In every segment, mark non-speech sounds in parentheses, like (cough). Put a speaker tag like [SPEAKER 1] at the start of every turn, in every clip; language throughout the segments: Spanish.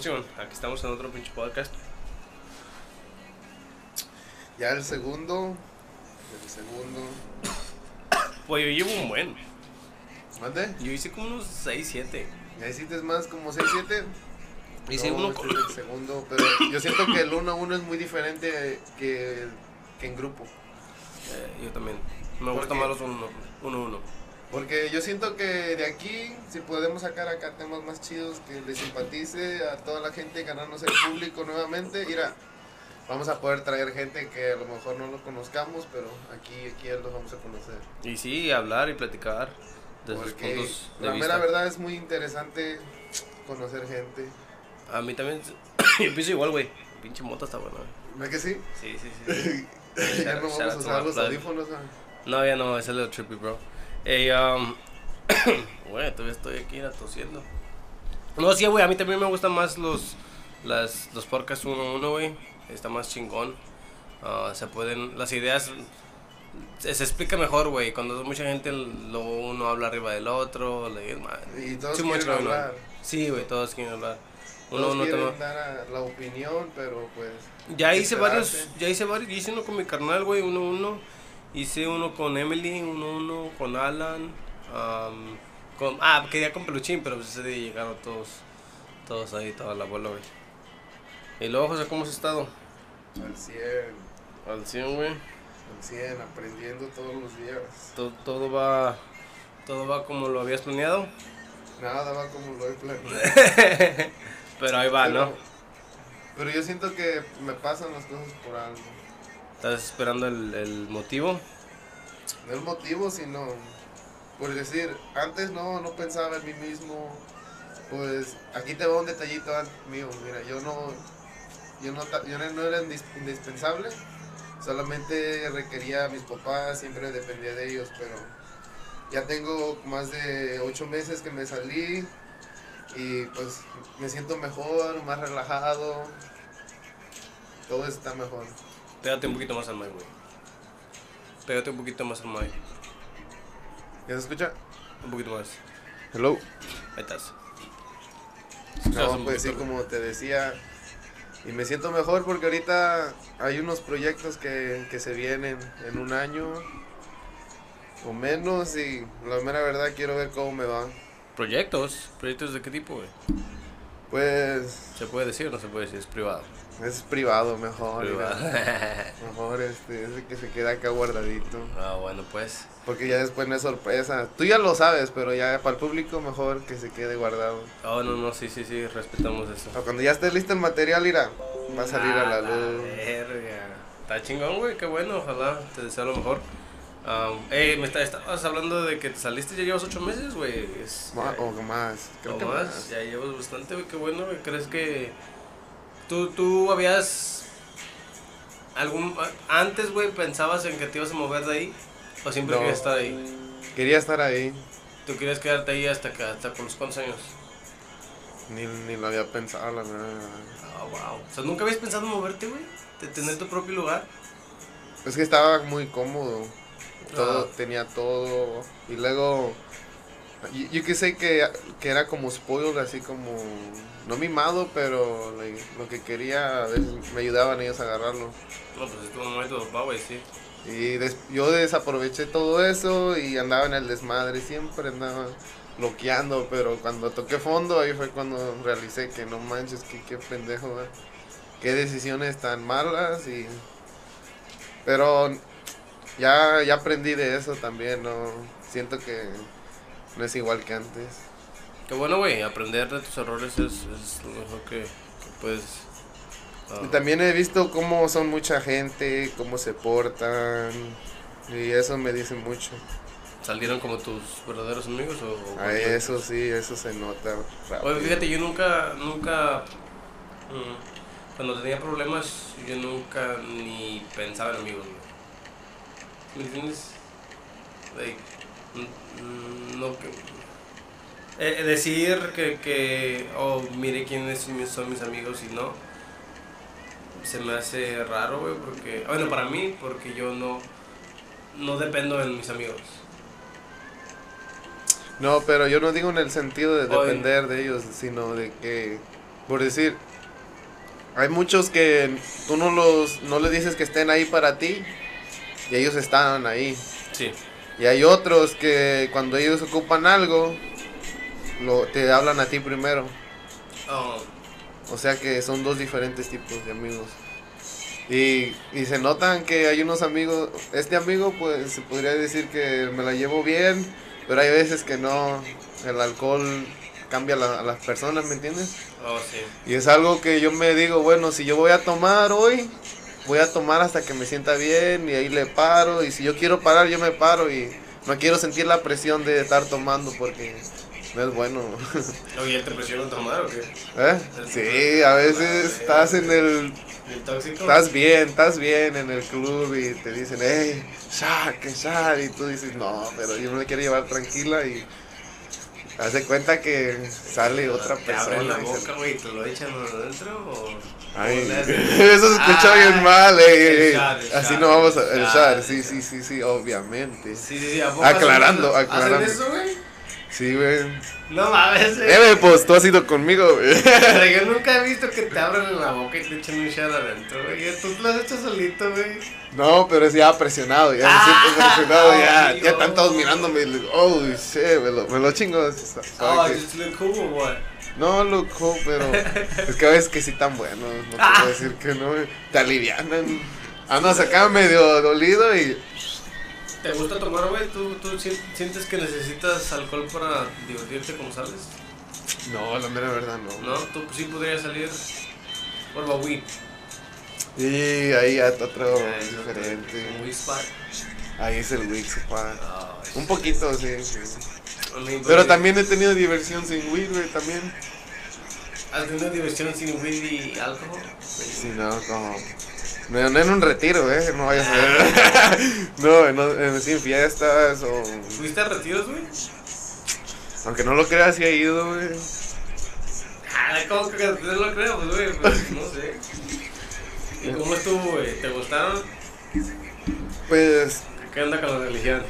[SPEAKER 1] Simón. Aquí estamos en otro pinche podcast.
[SPEAKER 2] Ya el segundo. El segundo.
[SPEAKER 1] Pues yo llevo un buen.
[SPEAKER 2] ¿Mande?
[SPEAKER 1] Yo hice como unos 6, 7.
[SPEAKER 2] Ya hiciste más como 6, 7.
[SPEAKER 1] Hice
[SPEAKER 2] No,
[SPEAKER 1] uno
[SPEAKER 2] este
[SPEAKER 1] con.
[SPEAKER 2] es el segundo, pero yo siento que el 1 a 1 es muy diferente que, que en grupo.
[SPEAKER 1] Eh, yo también. Me
[SPEAKER 2] ¿Por
[SPEAKER 1] gustan
[SPEAKER 2] qué?
[SPEAKER 1] más los 1-1. Uno, uno.
[SPEAKER 2] Porque yo siento que de aquí, si podemos sacar acá temas más chidos, que le simpatice a toda la gente, ganarnos el público nuevamente, mira, vamos a poder traer gente que a lo mejor no lo conozcamos, pero aquí, aquí ya los vamos a conocer.
[SPEAKER 1] Y sí, hablar y platicar de sus
[SPEAKER 2] Porque
[SPEAKER 1] puntos de
[SPEAKER 2] la mera
[SPEAKER 1] vista.
[SPEAKER 2] verdad es muy interesante conocer gente.
[SPEAKER 1] A mí también. (coughs) yo pienso igual, güey. Pinche mota está buena. güey.
[SPEAKER 2] ¿Verdad que sí?
[SPEAKER 1] Sí, sí, sí. (laughs)
[SPEAKER 2] ya no
[SPEAKER 1] Shout-
[SPEAKER 2] vamos
[SPEAKER 1] shout
[SPEAKER 2] a
[SPEAKER 1] out to
[SPEAKER 2] usar
[SPEAKER 1] my
[SPEAKER 2] los
[SPEAKER 1] plug.
[SPEAKER 2] audífonos. ah.
[SPEAKER 1] No, ya no, es el little trippy, bro. Ey, um, (coughs) bueno, todavía estoy aquí mira, tosiendo. No, sí, güey, a mí también me gustan más los, las, los podcasts uno a uno, güey. Está más chingón. Ah, se pueden, las ideas se, se explica mejor, güey. Cuando mucha gente, lo uno habla arriba del otro. Le, man,
[SPEAKER 2] Y todos
[SPEAKER 1] too much
[SPEAKER 2] quieren
[SPEAKER 1] going on.
[SPEAKER 2] hablar.
[SPEAKER 1] Sí, güey, todos quieren hablar. Uno,
[SPEAKER 2] Todos
[SPEAKER 1] uno
[SPEAKER 2] quieren
[SPEAKER 1] toma-
[SPEAKER 2] dar a- la opinión, pero pues...
[SPEAKER 1] ya
[SPEAKER 2] hay que
[SPEAKER 1] hice varios,
[SPEAKER 2] esperarse.
[SPEAKER 1] ya hice varios, hice uno con mi carnal, güey, uno uno, hice uno con Emily, uno uno con Alan, am, con, ah, quería con Peluchín, pero pues ese día llegaron todos, todos ahí, toda la bola, güey. Y luego, José, ¿cómo has estado?
[SPEAKER 2] Al 100,
[SPEAKER 1] Al 100, güey,
[SPEAKER 2] al 100, aprendiendo todos los días.
[SPEAKER 1] todo, todo va, todo va como lo habías planeado,
[SPEAKER 2] Nada va como lo he planeado.
[SPEAKER 1] pero ahí va, ¿no?
[SPEAKER 2] Pero- Pero yo siento que me pasan las cosas por algo.
[SPEAKER 1] Estás esperando el, el motivo,
[SPEAKER 2] No el motivo, sino... Por decir, antes no, no pensaba en mí mismo. Pues aquí te va un detallito an- mío. Mira, yo no... Yo no, ta- yo no era indis- indispensable. Solamente requería a mis papás, siempre dependía de ellos, pero ya tengo más de ocho meses que me salí y pues me siento mejor, más relajado, todo está mejor.
[SPEAKER 1] pégate un poquito más al mic, güey, pégate un poquito más al mic,
[SPEAKER 2] ¿Ya se escucha?
[SPEAKER 1] un poquito más.
[SPEAKER 2] Hello.
[SPEAKER 1] Ahí estás.
[SPEAKER 2] No, pues sí, como te decía, y me siento mejor porque ahorita hay unos proyectos que, que se vienen en un año o menos y la mera verdad quiero ver cómo me va.
[SPEAKER 1] ¿Proyectos? ¿Proyectos de qué tipo, güey?
[SPEAKER 2] Pues
[SPEAKER 1] ¿Se puede decir o no se puede decir? Es privado.
[SPEAKER 2] es privado mejor.
[SPEAKER 1] privado. (laughs)
[SPEAKER 2] mira. Mejor este, ese que se queda acá guardadito.
[SPEAKER 1] ah, bueno, pues.
[SPEAKER 2] Porque ya después no es sorpresa. Tú ya lo sabes, pero ya para el público mejor que se quede guardado.
[SPEAKER 1] Oh, no, no, sí, sí, sí, respetamos eso. Ah,
[SPEAKER 2] O cuando ya esté listo el material, irá. Va a salir a la luz.
[SPEAKER 1] verga. Está chingón, güey, qué bueno, ojalá te deseo lo mejor. Um, eh, me está- estabas hablando de que te saliste ya llevas ocho meses, güey. Es-
[SPEAKER 2] Ma-
[SPEAKER 1] ya-
[SPEAKER 2] O más. Creo
[SPEAKER 1] o
[SPEAKER 2] que
[SPEAKER 1] más,
[SPEAKER 2] más.
[SPEAKER 1] ya llevas bastante, güey, qué bueno, güey. ¿Crees que tú, tú habías algún... antes, güey, pensabas en que te ibas a mover de ahí? ¿O siempre
[SPEAKER 2] No.
[SPEAKER 1] querías estar ahí?
[SPEAKER 2] Quería estar ahí.
[SPEAKER 1] ¿Tú querías quedarte ahí hasta que, hasta con los cuántos años?
[SPEAKER 2] Ni, ni lo había pensado, la verdad.
[SPEAKER 1] Ah, wow. O sea, ¿nunca habías pensado en moverte, güey? De tener tu propio lugar.
[SPEAKER 2] Es que estaba muy cómodo. Todo,
[SPEAKER 1] Ah.
[SPEAKER 2] tenía todo. Y luego. y- Yo que sé que, que era como spoiler, así como. No mimado, pero like, lo que quería, a veces me ayudaban ellos a agarrarlo.
[SPEAKER 1] No, pues es tu momento de papá, güey, sí.
[SPEAKER 2] Y des- yo desaproveché todo eso y andaba en el desmadre, siempre andaba bloqueando, pero cuando toqué fondo ahí fue cuando realicé que no manches, que qué pendejo, ¿verdad? qué decisiones tan malas y... Pero ya, ya aprendí de eso también, ¿no? Siento que no es igual que antes.
[SPEAKER 1] Qué bueno, güey, aprender de tus errores es, es lo mejor que, que puedes... ah,
[SPEAKER 2] Y también he visto cómo son mucha gente, cómo se portan y eso me dice mucho.
[SPEAKER 1] ¿Salieron como tus verdaderos amigos o...? o
[SPEAKER 2] A eso sí, eso se nota.
[SPEAKER 1] Oye,
[SPEAKER 2] rápido.
[SPEAKER 1] Pues fíjate, yo nunca, nunca... mm, cuando tenía problemas, yo nunca ni pensaba en amigos, güey. ¿Me entiendes? Like, mm, mm, no que... eh, eh, decir que, que, oh, mire quiénes son mis- son mis amigos y no, se me hace raro, güey, porque... Bueno, para mí, porque yo no, no dependo en mis amigos.
[SPEAKER 2] No, pero yo no digo en el sentido de
[SPEAKER 1] Oye.
[SPEAKER 2] depender de ellos, sino de que Por decir, hay muchos que tú no, los, no les dices que estén ahí para ti y ellos están ahí.
[SPEAKER 1] Sí.
[SPEAKER 2] Y hay otros que cuando ellos ocupan algo, lo, te hablan a ti primero.
[SPEAKER 1] Oh,
[SPEAKER 2] O sea que son dos diferentes tipos de amigos. Y, y se notan que hay unos amigos, este amigo pues se podría decir que me la llevo bien, pero hay veces que no, el alcohol cambia la- a las personas, ¿me entiendes?
[SPEAKER 1] oh, sí.
[SPEAKER 2] Y es algo que yo me digo, bueno, si yo voy a tomar hoy, voy a tomar hasta que me sienta bien y ahí le paro. Y si yo quiero parar, yo me paro y no quiero sentir la presión de estar tomando porque no es bueno. (laughs)
[SPEAKER 1] Oye, ¿él te presiona a tomar o qué?
[SPEAKER 2] ¿Eh? Sí, a veces estás en el...
[SPEAKER 1] ¿El tóxico?
[SPEAKER 2] Estás bien, estás bien en el club y te dicen, hey, shot, que shot. Y tú dices, no, pero yo me la quiero llevar tranquila y... Hace cuenta que sale otra
[SPEAKER 1] ¿Te abren la
[SPEAKER 2] persona. y se-
[SPEAKER 1] boca, güey, y te lo echan adentro o...?
[SPEAKER 2] Ay, (laughs)
[SPEAKER 1] o le hacen-
[SPEAKER 2] eso se escucha
[SPEAKER 1] Ay,
[SPEAKER 2] bien mal, ey,
[SPEAKER 1] Ah, el
[SPEAKER 2] ey, ey.
[SPEAKER 1] shot, el
[SPEAKER 2] Así
[SPEAKER 1] shot,
[SPEAKER 2] no vamos a. El shot, sí,
[SPEAKER 1] el
[SPEAKER 2] sí, sí, sí, obviamente.
[SPEAKER 1] Sí, sí, sí, ¿a poco hacen
[SPEAKER 2] Aclarando,
[SPEAKER 1] eso?
[SPEAKER 2] aclarando.
[SPEAKER 1] ¿Hacen eso, güey?
[SPEAKER 2] Sí, güey. (laughs)
[SPEAKER 1] No mames, güey.
[SPEAKER 2] Eve, pues tú has ido conmigo, güey. (laughs)
[SPEAKER 1] Pero
[SPEAKER 2] eh.
[SPEAKER 1] yo nunca he visto que te abran la boca y te echen un shot adentro, güey. Tú lo has hecho solito, güey.
[SPEAKER 2] No, pero es ya presionado, ya me
[SPEAKER 1] Ah,
[SPEAKER 2] siento presionado, ya.
[SPEAKER 1] ay,
[SPEAKER 2] Ya están todos
[SPEAKER 1] oh.
[SPEAKER 2] mirándome. y le- Oh, shit, me lo, me lo chingo. sa- sabe
[SPEAKER 1] Oh,
[SPEAKER 2] que-
[SPEAKER 1] just look cool or what?
[SPEAKER 2] No, loco, pero es que a veces que sí tan buenos, no te puedo decir que no, güey. te alivianan. Andas acá medio dolido y
[SPEAKER 1] ¿Te gusta tomar, güey? ¿Tú, tú si- sientes que necesitas alcohol para divertirte como sales?
[SPEAKER 2] no, la mera verdad no.
[SPEAKER 1] ¿No? ¿Tú sí podrías salir por la weed?
[SPEAKER 2] Y ahí ya está otro
[SPEAKER 1] Ah, es otro- un
[SPEAKER 2] Oh, diferente.
[SPEAKER 1] weed spot.
[SPEAKER 2] Ahí es el Wix, pa.
[SPEAKER 1] Ah, es-
[SPEAKER 2] Un poquito, sí. sí.
[SPEAKER 1] I mean,
[SPEAKER 2] Pero
[SPEAKER 1] güey,
[SPEAKER 2] también he tenido diversión sin weed, güey, también.
[SPEAKER 1] ¿Has tenido diversión sin weed y alcohol?
[SPEAKER 2] Sí, no, como... No, no en un retiro, eh, no vayas a ver. (laughs) No, en, en- sin fiestas o...
[SPEAKER 1] ¿Fuiste a retiros, güey?
[SPEAKER 2] Aunque no lo creas, sí he ido, güey.
[SPEAKER 1] Ah, ¿cómo que no lo creo, pues, güey? Pues, no sé. ¿Y cómo estuvo, güey? ¿Te gustaron?
[SPEAKER 2] Pues...
[SPEAKER 1] ¿Qué onda con la religión?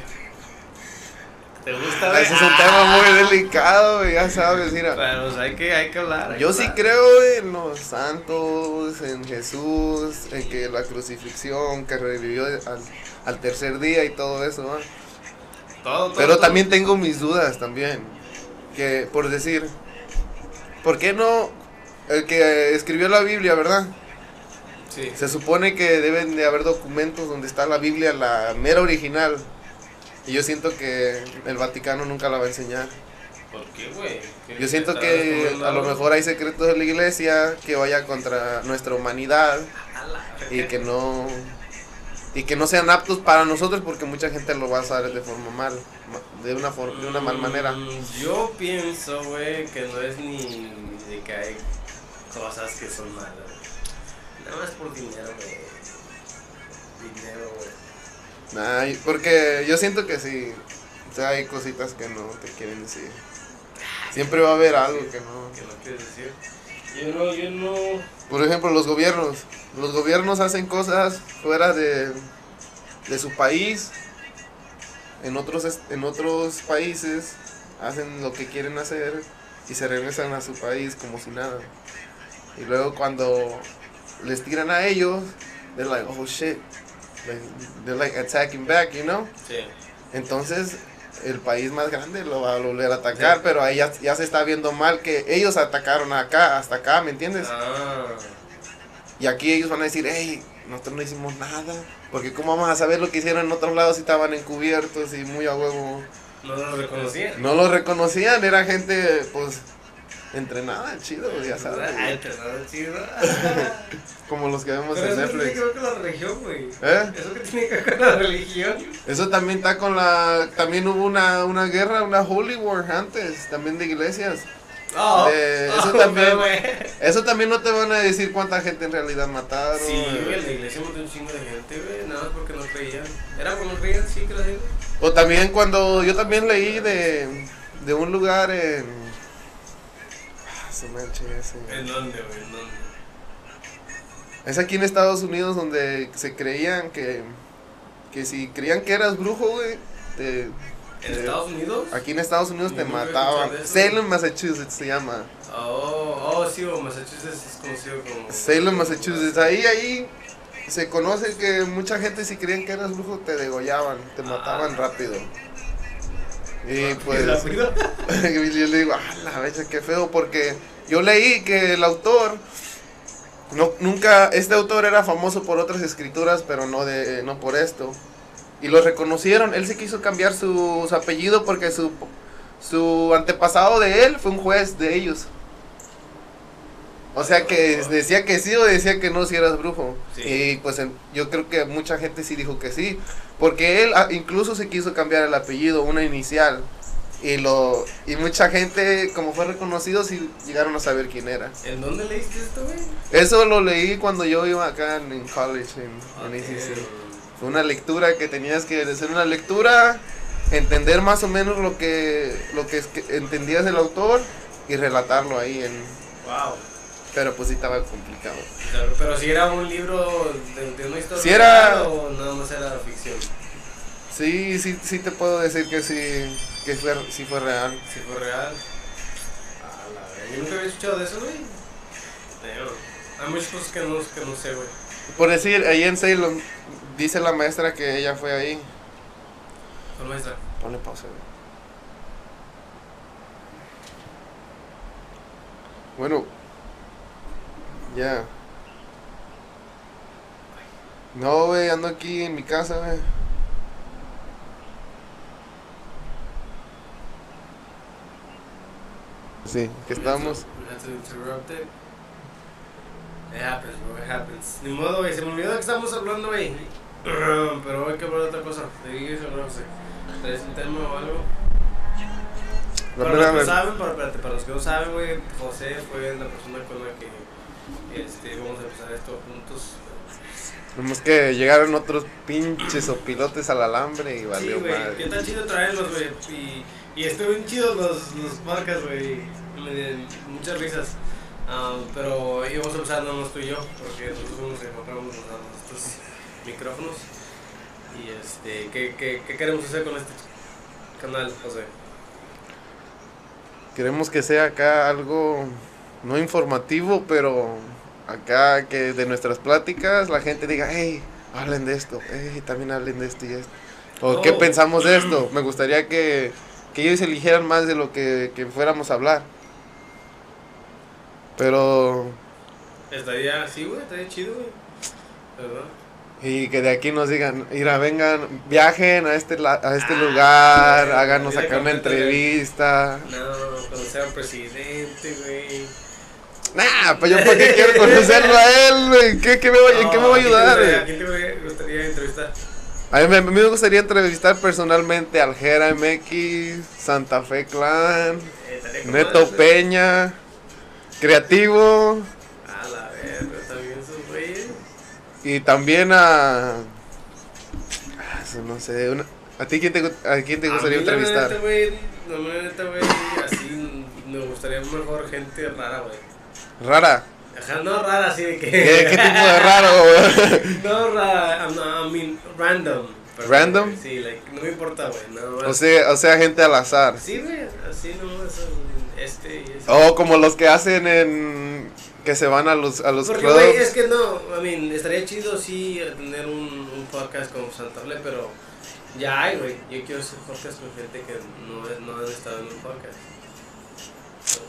[SPEAKER 1] ¿Te gusta, güey? Ah,
[SPEAKER 2] Ese es un tema muy delicado, güey, ya sabes, mira.
[SPEAKER 1] Pero, pues, hay que, hay que hablar. hay
[SPEAKER 2] Yo
[SPEAKER 1] que
[SPEAKER 2] sí
[SPEAKER 1] hablar.
[SPEAKER 2] creo en los santos, en Jesús, en que la crucifixión, que revivió al, al tercer día y todo eso, ¿va?
[SPEAKER 1] Todo, todo,
[SPEAKER 2] Pero
[SPEAKER 1] todo.
[SPEAKER 2] también tengo mis dudas también. Que por decir, ¿por qué no el que escribió la Biblia, verdad?
[SPEAKER 1] Sí.
[SPEAKER 2] Se supone que deben de haber documentos donde está la Biblia, la mera original. Y yo siento que el Vaticano nunca la va a enseñar.
[SPEAKER 1] ¿Por qué, güey? ¿Qué-
[SPEAKER 2] Yo siento
[SPEAKER 1] qué
[SPEAKER 2] que
[SPEAKER 1] tal?
[SPEAKER 2] a lo mejor hay secretos de la iglesia que vaya contra nuestra humanidad
[SPEAKER 1] A la
[SPEAKER 2] y
[SPEAKER 1] verga.
[SPEAKER 2] que no y que no sean aptos para nosotros porque mucha gente lo va a saber de forma mal, ma- de una for- de una mal manera.
[SPEAKER 1] Mm, Yo pienso, güey, que no es ni ni de que hay cosas que son malas. güey. Nada más por dinero, güey. Dinero, güey.
[SPEAKER 2] Ay, porque yo siento que sí. O sea, hay cositas que no te quieren decir. Siempre va a haber algo que no.
[SPEAKER 1] Que no quieres decir. Yo no, yo no.
[SPEAKER 2] Por ejemplo, los gobiernos. Los gobiernos hacen cosas fuera de, de su país. En otros, es- en otros países hacen lo que quieren hacer y se regresan a su país como si nada. Y luego cuando les tiran a ellos, they're like, oh shit. Like, they're like attacking back, you know?
[SPEAKER 1] Sí.
[SPEAKER 2] Entonces, el país más grande lo va a volver a atacar, pero ahí ya, ya se está viendo mal que ellos atacaron acá, hasta acá, ¿me entiendes?
[SPEAKER 1] Ah.
[SPEAKER 2] Y aquí ellos van a decir, hey, nosotros no hicimos nada, porque ¿cómo vamos a saber lo que hicieron en otros lados si estaban encubiertos y muy a huevo?
[SPEAKER 1] No lo reconocía.
[SPEAKER 2] No los reconocían, era gente, pues, entrenada, chido, ya sabes,
[SPEAKER 1] Ay, Ah, te lo chido.
[SPEAKER 2] (laughs) como los que vemos
[SPEAKER 1] Pero
[SPEAKER 2] en
[SPEAKER 1] eso que tiene que
[SPEAKER 2] Netflix.
[SPEAKER 1] ver con la religión, güey.
[SPEAKER 2] ¿Eh?
[SPEAKER 1] Eso que tiene que ver con la religión.
[SPEAKER 2] Eso también está con la... También hubo una, una guerra, una holy war antes, también de iglesias.
[SPEAKER 1] Oh,
[SPEAKER 2] Eh, eso también-
[SPEAKER 1] güey.
[SPEAKER 2] Eso también no te van a decir cuánta gente en realidad mataron.
[SPEAKER 1] Sí, güey, la iglesia mató un chingo de gente, güey, nada más porque no creían. Era porque no creían, sí, que la gente.
[SPEAKER 2] O también cuando yo también leí de, de un lugar en... Ah, su manche, ese.
[SPEAKER 1] ¿En dónde, güey? ¿En dónde?
[SPEAKER 2] Es aquí en Estados Unidos donde se creían que, que si creían que eras brujo, güey, te-
[SPEAKER 1] ¿En
[SPEAKER 2] Eh,
[SPEAKER 1] Estados Unidos?
[SPEAKER 2] aquí en Estados Unidos te
[SPEAKER 1] Nunca he
[SPEAKER 2] mataban.
[SPEAKER 1] escuchado de eso.
[SPEAKER 2] Salem, Massachusetts se llama.
[SPEAKER 1] Oh, oh, conocido, Massachusetts es conocido como.
[SPEAKER 2] Salem, Massachusetts. ah, Ahí, ahí se conoce que mucha gente si creían que eras brujo te degollaban, te mataban rápido. Y pues (laughs) Y yo le digo, ah, la vez qué feo, porque yo leí que el autor, no, nunca, este autor era famoso por otras escrituras, pero no, de, no por esto. Y lo reconocieron, él se quiso cambiar su, su apellido porque su, su antepasado de él fue un juez de ellos. O sea que decía que sí o decía que no si eras brujo.
[SPEAKER 1] Sí.
[SPEAKER 2] Y pues en- yo creo que mucha gente sí dijo que sí. Porque él ah, incluso se quiso cambiar el apellido, una inicial. Y lo y mucha gente, como fue reconocido, sí llegaron a saber quién era.
[SPEAKER 1] ¿En dónde leíste esto, güey?
[SPEAKER 2] Eso lo leí cuando yo iba acá en, en college, en, en
[SPEAKER 1] Ok.
[SPEAKER 2] ACC. Fue una lectura que tenías que hacer una lectura, entender más o menos lo que, lo que, es que entendías del autor y relatarlo ahí. En,
[SPEAKER 1] Wow.
[SPEAKER 2] pero pues sí estaba complicado.
[SPEAKER 1] Claro, Pero si era un libro de, de una historia
[SPEAKER 2] Si era-
[SPEAKER 1] real o nada más era ficción,
[SPEAKER 2] Sí, sí, sí te puedo decir que sí, que fue, sí fue real.
[SPEAKER 1] si fue real. A la verga, Yo nunca había escuchado de eso, güey. Damn. Hay muchas cosas que no, que no sé, güey.
[SPEAKER 2] Por decir, ahí en Salem, dice la maestra que ella fue ahí.
[SPEAKER 1] Por maestra.
[SPEAKER 2] Ponle pausa, güey. Bueno. Ya. No, güey, ando aquí en mi casa, güey. Sí, que estamos.
[SPEAKER 1] We had to interrupt it. It happens, bro, it happens. pues, Ni modo, güey, se me olvidó que estamos hablando, güey. (clears throat) Pero hay que hablar de otra cosa. Te dije eso, no sé. ¿Traes un tema o algo?
[SPEAKER 2] La
[SPEAKER 1] para los que
[SPEAKER 2] primera
[SPEAKER 1] no
[SPEAKER 2] vez.
[SPEAKER 1] saben, para, espérate, para los que no saben, güey, José fue la persona con la que este, vamos a empezar esto juntos.
[SPEAKER 2] Nomás que llegaron otros pinches o pilotes al alambre y
[SPEAKER 1] Sí,
[SPEAKER 2] valió
[SPEAKER 1] güey, qué
[SPEAKER 2] madre.
[SPEAKER 1] tan chido traerlos, güey. Y, y estuvo bien chidos los, los marcas, güey. Me dieron Muchas risas. Ah, pero íbamos a empezar nada más tú y yo, porque nosotros nos encontramos nada más estos micrófonos. Y este, ¿qué, qué, qué queremos hacer con este canal, José?
[SPEAKER 2] Queremos que sea acá algo no informativo, pero acá que de nuestras pláticas la gente diga, hey, hablen de esto, hey, también hablen de esto y esto. O qué
[SPEAKER 1] Oh.
[SPEAKER 2] pensamos de
[SPEAKER 1] (clears throat)
[SPEAKER 2] esto. Me gustaría que, que ellos eligieran más de lo que, que fuéramos a hablar. Pero...
[SPEAKER 1] Estaría así, güey, estaría chido, güey. ¿Verdad?
[SPEAKER 2] Y que de aquí nos digan, mira, vengan, viajen a este, la- a este lugar,
[SPEAKER 1] Ah,
[SPEAKER 2] háganos
[SPEAKER 1] mira,
[SPEAKER 2] acá una
[SPEAKER 1] completa, güey.
[SPEAKER 2] entrevista.
[SPEAKER 1] No, conocer al presidente, güey.
[SPEAKER 2] Nah, pues yo porque quiero conocerlo a él, güey. ¿Qué, qué me va, ¿En qué me va a ayudar,
[SPEAKER 1] ¿A
[SPEAKER 2] güey?
[SPEAKER 1] quién te gustaría- gustaría entrevistar?
[SPEAKER 2] A mí me, me gustaría entrevistar personalmente al Jera MX, Santa Fe Clan,
[SPEAKER 1] Eh, estaría con
[SPEAKER 2] Neto
[SPEAKER 1] madre, güey.
[SPEAKER 2] Peña, Creativo
[SPEAKER 1] A la verga, está bien esos güeyes.
[SPEAKER 2] y también a. ah, eso No sé, una- ¿a ti quién te, gu- a quién te gustaría
[SPEAKER 1] A mí, la neta,
[SPEAKER 2] entrevistar?
[SPEAKER 1] güey, la neta, güey, así me gustaría mejor gente rara, güey.
[SPEAKER 2] Rara.
[SPEAKER 1] Ajá, no rara, así de que.
[SPEAKER 2] ¿Qué,
[SPEAKER 1] (laughs)
[SPEAKER 2] qué tipo de raro, güey?
[SPEAKER 1] No rara, no, I mean, random. Pero,
[SPEAKER 2] ¿Random?
[SPEAKER 1] güey, Sí, like, no me importa, güey, nada más.
[SPEAKER 2] O sea, o sea, gente al azar.
[SPEAKER 1] Sí, güey, así nomás este y ese.
[SPEAKER 2] O como los que hacen en. que se van a los, a los
[SPEAKER 1] Porque, güey,
[SPEAKER 2] clubs.
[SPEAKER 1] es que no, I mean, estaría chido sí tener un, un podcast con Santa Fe, pero ya hay, güey. Yo quiero hacer podcast con gente que no, es- no ha estado en un podcast.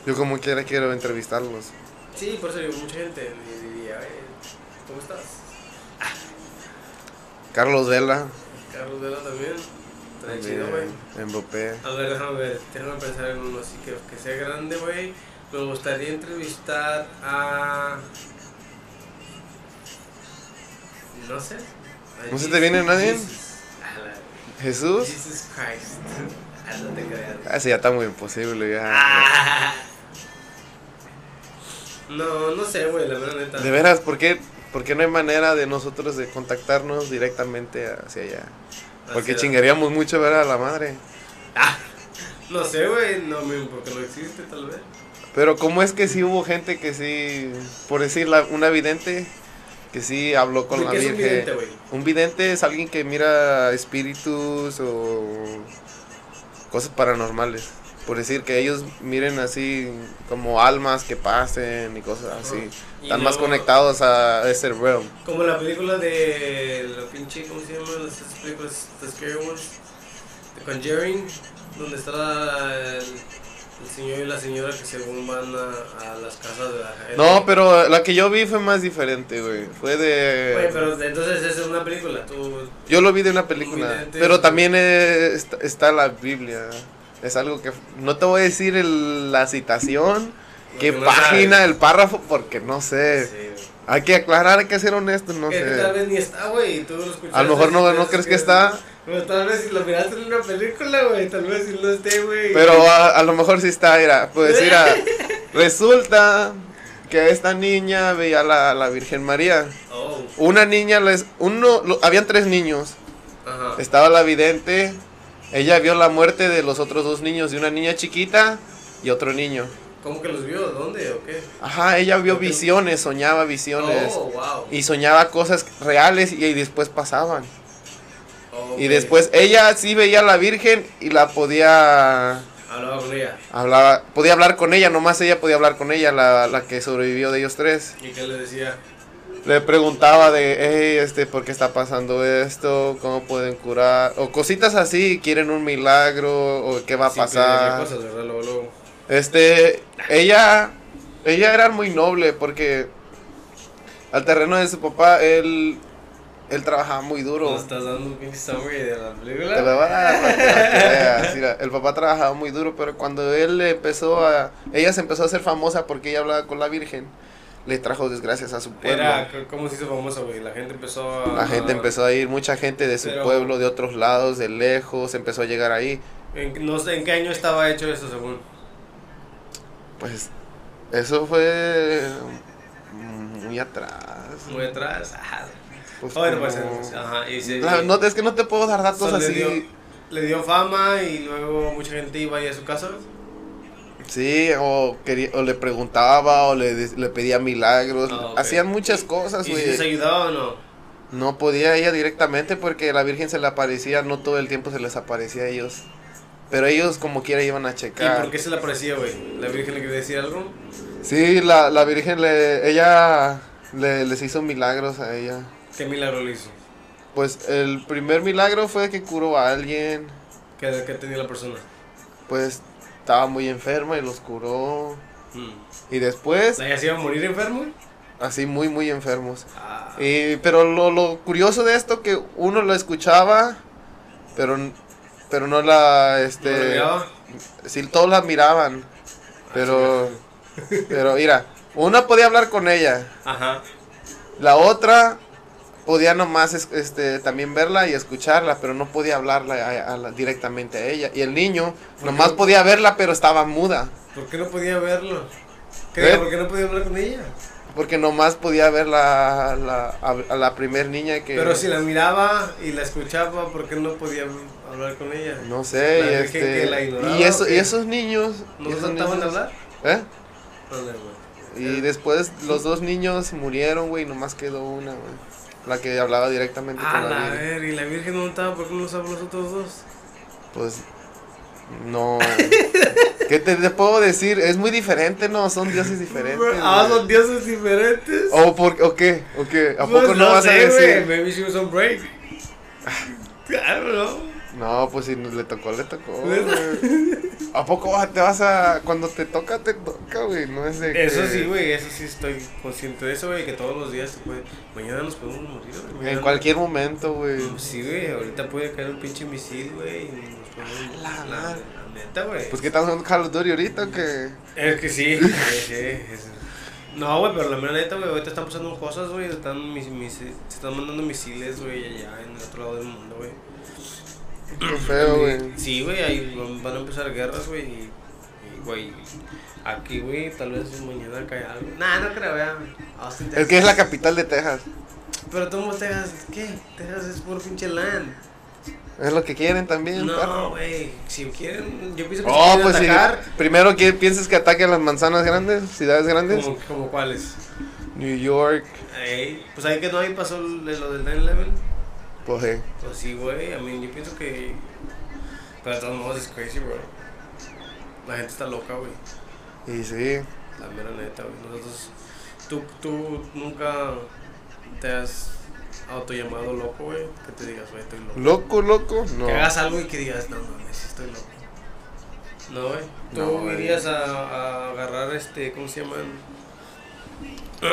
[SPEAKER 2] Yo como quiera quiero entrevistarlos.
[SPEAKER 1] Sí, por eso digo, mucha gente me diría, "Eh, ¿cómo estás?
[SPEAKER 2] Carlos Vela.
[SPEAKER 1] Carlos Vela también. Está
[SPEAKER 2] también,
[SPEAKER 1] chido, güey.
[SPEAKER 2] Mbappé.
[SPEAKER 1] A ver, déjame ver, déjame pensar en uno así que, que sea grande, güey. Me gustaría entrevistar a. No sé. a
[SPEAKER 2] ¿No se te
[SPEAKER 1] Jesus-
[SPEAKER 2] viene nadie?
[SPEAKER 1] Jesus. A la-
[SPEAKER 2] Jesús.
[SPEAKER 1] Jesus Christ. (laughs) Ah, no te creas.
[SPEAKER 2] Ah, sí, ya está muy imposible. Ya.
[SPEAKER 1] Ah. (laughs) No, no sé, güey, la verdad neta.
[SPEAKER 2] De veras, ¿por qué, por qué no hay manera de nosotros de contactarnos directamente hacia allá? Porque
[SPEAKER 1] Hacia-
[SPEAKER 2] chingaríamos mucho ver a la madre.
[SPEAKER 1] No sé, güey, no, men, porque no existe, tal vez.
[SPEAKER 2] Pero ¿cómo es que sí hubo gente que sí, por decir la- una vidente, que sí habló con la
[SPEAKER 1] Porque es
[SPEAKER 2] Virgen?
[SPEAKER 1] un vidente, güey.
[SPEAKER 2] Un vidente es alguien que mira espíritus o cosas paranormales. por decir que ellos miren así como almas que pasen y cosas así.
[SPEAKER 1] Y
[SPEAKER 2] Están más
[SPEAKER 1] luego-
[SPEAKER 2] conectados a ese realm.
[SPEAKER 1] Como la película de la pinche, ¿cómo se llama? Las esas películas, The Scary Ones, The Conjuring, donde está la- el, el señor y la señora que según van a, a las casas de la gente.
[SPEAKER 2] No, pero la que yo vi fue más diferente, güey. Fue
[SPEAKER 1] Oye,
[SPEAKER 2] de...
[SPEAKER 1] pero entonces esa es una película, tú...
[SPEAKER 2] Yo lo vi de una película,
[SPEAKER 1] Inminente.
[SPEAKER 2] pero también eh, está, está la Biblia. Es algo que... No te voy a decir el- la citación, qué
[SPEAKER 1] no
[SPEAKER 2] página,
[SPEAKER 1] sabes.
[SPEAKER 2] el párrafo, porque no sé.
[SPEAKER 1] Sí.
[SPEAKER 2] Hay que aclarar, hay que ser honestos, no
[SPEAKER 1] que tal
[SPEAKER 2] sé.
[SPEAKER 1] vez ni está, güey, y tú lo escuchaste.
[SPEAKER 2] A lo mejor no-
[SPEAKER 1] tal
[SPEAKER 2] no
[SPEAKER 1] vez
[SPEAKER 2] crees que está.
[SPEAKER 1] Pero tal vez si lo miraste en una película, güey, tal vez si no esté, güey.
[SPEAKER 2] Pero a, a lo mejor sí está, mira, pues
[SPEAKER 1] (laughs)
[SPEAKER 2] mira, resulta que esta niña veía a la, la Virgen María.
[SPEAKER 1] Oh,
[SPEAKER 2] Una niña, les, uno, lo- habían tres niños,
[SPEAKER 1] ajá.
[SPEAKER 2] estaba la vidente, ella vio la muerte de los otros dos niños, de una niña chiquita y otro niño.
[SPEAKER 1] ¿Cómo que los vio? ¿Dónde o qué?
[SPEAKER 2] Ajá, ella vio visiones, soñaba visiones.
[SPEAKER 1] Oh, wow.
[SPEAKER 2] Y soñaba cosas reales y, y después pasaban.
[SPEAKER 1] Oh, Ok.
[SPEAKER 2] Y después ella sí veía a la Virgen y la podía
[SPEAKER 1] Hablaba con ella.
[SPEAKER 2] hablaba, podía hablar con ella, nomás ella podía hablar con ella, la, la que sobrevivió de ellos tres.
[SPEAKER 1] ¿Y qué le decía?
[SPEAKER 2] Le preguntaba de, hey, este, ¿por qué está pasando esto? ¿Cómo pueden curar? O cositas así, quieren un milagro, o qué va a
[SPEAKER 1] Sin
[SPEAKER 2] pasar.
[SPEAKER 1] pedirle cosas, ¿verdad? Luego, luego.
[SPEAKER 2] Este, ella, ella era muy noble porque al terreno de su papá, él, él trabajaba muy duro.
[SPEAKER 1] Nos estás dando un pinche summary de la película?
[SPEAKER 2] Te lo van a dar para que la veas. Mira, el papá trabajaba muy duro, pero cuando él empezó a. Ella se empezó a hacer famosa porque ella hablaba con la Virgen. Le trajo desgracias a su pueblo.
[SPEAKER 1] Era, c- ¿cómo se hizo famosa, güey? La gente empezó a...
[SPEAKER 2] La gente empezó a ir, mucha gente de su
[SPEAKER 1] Pero-
[SPEAKER 2] pueblo, de otros lados, de lejos, empezó a llegar ahí.
[SPEAKER 1] En- no sé en qué año estaba hecho eso, según.
[SPEAKER 2] Pues eso fue mm, muy atrás.
[SPEAKER 1] Muy atrás. Ajá.
[SPEAKER 2] Pues,
[SPEAKER 1] Bueno, pues,
[SPEAKER 2] como-
[SPEAKER 1] entonces, ajá, y se-
[SPEAKER 2] La- no, es que no te puedo dar datos
[SPEAKER 1] Solo
[SPEAKER 2] así.
[SPEAKER 1] le dio- Le dio fama y luego mucha gente iba ahí a su casa.
[SPEAKER 2] Sí, o, quería- o le preguntaba, o le, de- le pedía milagros.
[SPEAKER 1] Ah, ok.
[SPEAKER 2] Hacían muchas cosas,
[SPEAKER 1] ¿Y
[SPEAKER 2] güey.
[SPEAKER 1] si les ayudaba o no?
[SPEAKER 2] No podía ella directamente porque la Virgen se le aparecía, no todo el tiempo se les aparecía a ellos. Pero ellos como quiera iban a
[SPEAKER 1] ¿Y
[SPEAKER 2] checar.
[SPEAKER 1] por qué se le aparecía, güey? ¿La Virgen le quería decir algo?
[SPEAKER 2] Sí, la, la Virgen le, ella le- les hizo milagros a ella.
[SPEAKER 1] ¿Qué milagro le hizo?
[SPEAKER 2] Pues el primer milagro fue que curó a alguien,
[SPEAKER 1] ¿Qué, qué tenía la persona?
[SPEAKER 2] pues estaba muy enferma y los curó.
[SPEAKER 1] Mm.
[SPEAKER 2] Y después,
[SPEAKER 1] ¿La ya se iba a morir enfermo?
[SPEAKER 2] así muy, muy enfermos.
[SPEAKER 1] Ah.
[SPEAKER 2] Y, pero lo, lo curioso de esto que uno lo escuchaba, pero, pero no la... Este,
[SPEAKER 1] ¿No la miraba?
[SPEAKER 2] Sí, todos la miraban. Pero. Pero mira, una podía hablar con ella.
[SPEAKER 1] Ajá.
[SPEAKER 2] La otra podía nomás es- este, también verla y escucharla, pero no podía hablarla a- a la- directamente a ella. Y el niño
[SPEAKER 1] ¿Por
[SPEAKER 2] nomás
[SPEAKER 1] qué?
[SPEAKER 2] podía verla, pero estaba muda.
[SPEAKER 1] ¿Por qué no podía verlo? ¿Qué?
[SPEAKER 2] ¿Eh?
[SPEAKER 1] ¿Por qué no podía hablar con ella?
[SPEAKER 2] Porque nomás podía ver la, la- a, a la primer niña que.
[SPEAKER 1] Pero si la miraba y la escuchaba, ¿por qué no podía hablar con ella?
[SPEAKER 2] No sé,
[SPEAKER 1] la
[SPEAKER 2] y,
[SPEAKER 1] virgen que la ignoraba,
[SPEAKER 2] este, y, eso-
[SPEAKER 1] ¿o
[SPEAKER 2] y
[SPEAKER 1] qué?
[SPEAKER 2] esos niños.
[SPEAKER 1] ¿No
[SPEAKER 2] y esos
[SPEAKER 1] trataban de
[SPEAKER 2] niños-
[SPEAKER 1] hablar?
[SPEAKER 2] ¿Eh?
[SPEAKER 1] Ándale, güey.
[SPEAKER 2] Y después los dos niños murieron, güey, nomás quedó una, güey. La que hablaba directamente
[SPEAKER 1] Ah,
[SPEAKER 2] con la
[SPEAKER 1] la
[SPEAKER 2] Virgen.
[SPEAKER 1] ver, y la Virgen no estaba, ¿por qué no estaban los otros dos?
[SPEAKER 2] Pues no. (laughs) ¿Qué te, te puedo decir? Es muy diferente, no, son dioses diferentes.
[SPEAKER 1] ah,
[SPEAKER 2] güey.
[SPEAKER 1] son dioses diferentes.
[SPEAKER 2] ¿O, por, ¿O qué? ¿O qué? ¿A
[SPEAKER 1] Pues
[SPEAKER 2] poco no vas a
[SPEAKER 1] sé, güey,
[SPEAKER 2] decir? Ah.
[SPEAKER 1] Maybe she was on break. Claro, ¿no?
[SPEAKER 2] No, pues si le tocó, le tocó.
[SPEAKER 1] (laughs) ¿Ves?
[SPEAKER 2] güey. ¿A poco vas- te vas a... Cuando te toca, te toca, güey? No es de
[SPEAKER 1] Eso
[SPEAKER 2] que-
[SPEAKER 1] sí, güey, eso sí estoy consciente de eso, güey, que todos los días se puede. Mañana nos podemos morir, güey.
[SPEAKER 2] En
[SPEAKER 1] mañana-
[SPEAKER 2] cualquier momento, güey.
[SPEAKER 1] Sí, güey, ahorita puede caer un pinche misil, güey. y nos podemos-
[SPEAKER 2] Ah, la madre.
[SPEAKER 1] la neta, güey.
[SPEAKER 2] Pues que estamos jugando Call of Duty ahorita, o qué?
[SPEAKER 1] Es que sí, sí, sí, es- No, güey, pero la mera neta, güey, ahorita están pasando cosas, güey. Están mis, mis- se están mandando misiles, güey, allá en el otro lado del mundo, güey.
[SPEAKER 2] Qué feo, güey.
[SPEAKER 1] Sí, güey, ahí van- van a empezar guerras, güey. Y, y, güey, aquí, güey, tal vez mañana caiga algo. Nah, no creo, vea. Austin,
[SPEAKER 2] Es que es la capital de Texas.
[SPEAKER 1] Pero tú, Texas, ¿qué? Texas es puro pinche land.
[SPEAKER 2] Es lo que quieren también,
[SPEAKER 1] No,
[SPEAKER 2] perro.
[SPEAKER 1] güey, si quieren, yo pienso que si
[SPEAKER 2] Oh,
[SPEAKER 1] quieren
[SPEAKER 2] pues sí.
[SPEAKER 1] atacar.
[SPEAKER 2] Primero que piensas que ataquen las manzanas grandes, ciudades grandes.
[SPEAKER 1] Como, como cuáles.
[SPEAKER 2] New York,
[SPEAKER 1] Ey, pues ahí que no, ahí pasó lo lo del 9-11.
[SPEAKER 2] pues eh,
[SPEAKER 1] Pues sí, güey, a mí yo pienso que. Pero de todos modos es crazy, bro. La gente está loca, güey.
[SPEAKER 2] Y sí.
[SPEAKER 1] La mera neta, güey. Nosotros. Tú, tú nunca te has autollamado loco, güey. Que te digas, güey, estoy loco.
[SPEAKER 2] Loco, loco, no.
[SPEAKER 1] Que hagas algo y que digas, no mames, estoy loco. No, güey. Tú
[SPEAKER 2] No, güey.
[SPEAKER 1] irías a, a agarrar este, ¿cómo se llaman? (clears throat)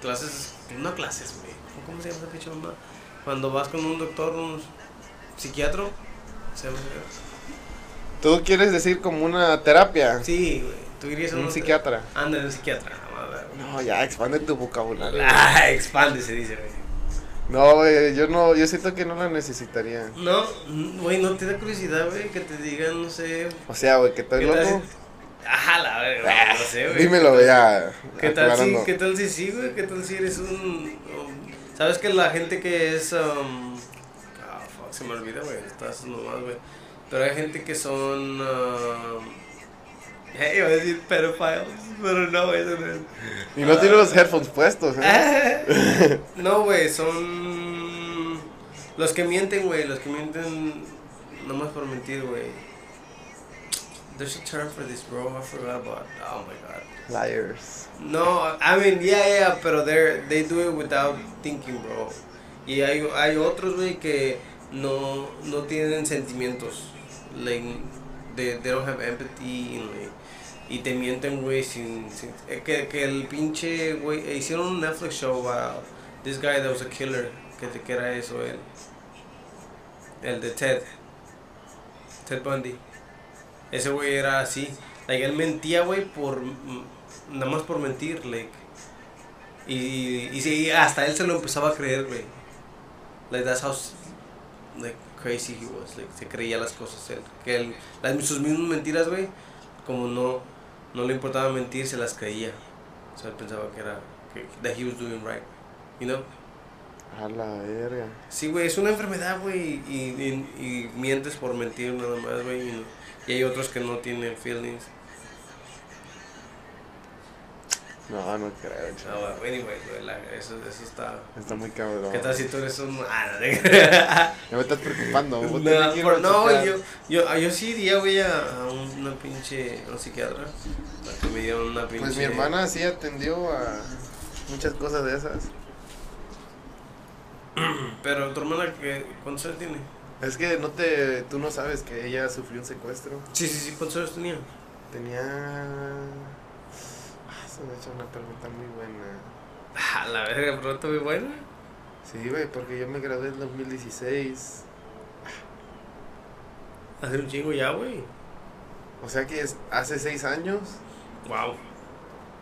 [SPEAKER 1] clases. No clases, güey. ¿Cómo se llama esa pinche mamá? Cuando vas con un doctor, un psiquiatra. ¿se llama psiquiatra?
[SPEAKER 2] ¿Tú quieres decir como una terapia?
[SPEAKER 1] Sí, güey. Tú irías a
[SPEAKER 2] Un
[SPEAKER 1] una-
[SPEAKER 2] psiquiatra.
[SPEAKER 1] Ándale, un psiquiatra. a ver.
[SPEAKER 2] No, ya, expande tu vocabulario.
[SPEAKER 1] Ah, expande se dice, güey.
[SPEAKER 2] No, güey, yo no, yo siento que no la necesitaría.
[SPEAKER 1] No, mm, güey, no te da curiosidad, güey, que te digan, no sé.
[SPEAKER 2] O sea, güey, que estoy
[SPEAKER 1] ¿qué tal
[SPEAKER 2] loco. Ah,
[SPEAKER 1] si- Ajá, la verga, no sé, güey.
[SPEAKER 2] Dímelo, ya.
[SPEAKER 1] ¿Qué tal, si,
[SPEAKER 2] aclarando.
[SPEAKER 1] ¿Qué tal si sí, güey? ¿Qué tal si eres un. um, Sabes que la gente que es. um, ah, fuck, se me olvida, güey. Estás nomás, güey. Pero hay gente que son. um, eh, iba a decir pedophiles, pero no, güey, eso no es.
[SPEAKER 2] Y
[SPEAKER 1] Ah.
[SPEAKER 2] no tiene los headphones puestos, ¿eh?
[SPEAKER 1] (laughs) No, güey, son. Los que mienten, güey, los que mienten. Nomás por mentir, güey. There's a term for this, bro. I forgot about. Oh my god.
[SPEAKER 2] Liars.
[SPEAKER 1] No, I mean, yeah, yeah, pero they they do it without thinking, bro. Y hay, hay otros, güey, que no, no tienen sentimientos. Like, they, they don't have empathy, and, like, y te mienten, güey, sin, sin- eh, que, que el pinche, güey, eh, hicieron un Netflix show about this guy that was a killer, que, te- que era eso, él. El de Ted. Ted Bundy. Ese güey era así. Like, él mentía, güey, por... mm, Nada más por mentir, like. Y, y, y sí, hasta él se lo empezaba a creer, güey. Like, that's how... s- Like, crazy he was. Like, se creía las cosas. Él, que él... las- sus mismas mentiras, güey, como no... No le importaba mentir, se las creía. O sea, él pensaba que era... Que, that he was doing right. You know?
[SPEAKER 2] A la verga.
[SPEAKER 1] Sí, güey, es una enfermedad, güey, y, y, y mientes por mentir nada más, güey, y, y hay otros que no tienen feelings.
[SPEAKER 2] No, no creo, chaval.
[SPEAKER 1] No, Ah, anyway, güey, la- eso, eso está...
[SPEAKER 2] Está muy cabrón.
[SPEAKER 1] ¿Qué tal si tú eres un... Ah, no,
[SPEAKER 2] Ya me estás preocupando.
[SPEAKER 1] (laughs)
[SPEAKER 2] vos tenés que
[SPEAKER 1] no,
[SPEAKER 2] ir
[SPEAKER 1] por-
[SPEAKER 2] al
[SPEAKER 1] no,
[SPEAKER 2] hospital.
[SPEAKER 1] yo, yo, ah, yo sí iría, güey, a, a un- una pinche... a un psiquiatra, para que me dieran una pinche...
[SPEAKER 2] Pues mi hermana sí atendió a muchas cosas de esas.
[SPEAKER 1] Pero tu hermana, que, ¿cuántos años tiene?
[SPEAKER 2] Es que no te, tú no sabes que ella sufrió un secuestro.
[SPEAKER 1] Sí, sí, sí, ¿cuántos años tenía? (laughs)
[SPEAKER 2] Tenía... Ah, Se me ha hecho una pregunta muy buena.
[SPEAKER 1] Ah, la verga, pronto, muy buena.
[SPEAKER 2] Sí, güey, porque yo me gradué en 2016.
[SPEAKER 1] Hacer un chingo ya, güey.
[SPEAKER 2] O sea que es hace 6 años
[SPEAKER 1] Wow.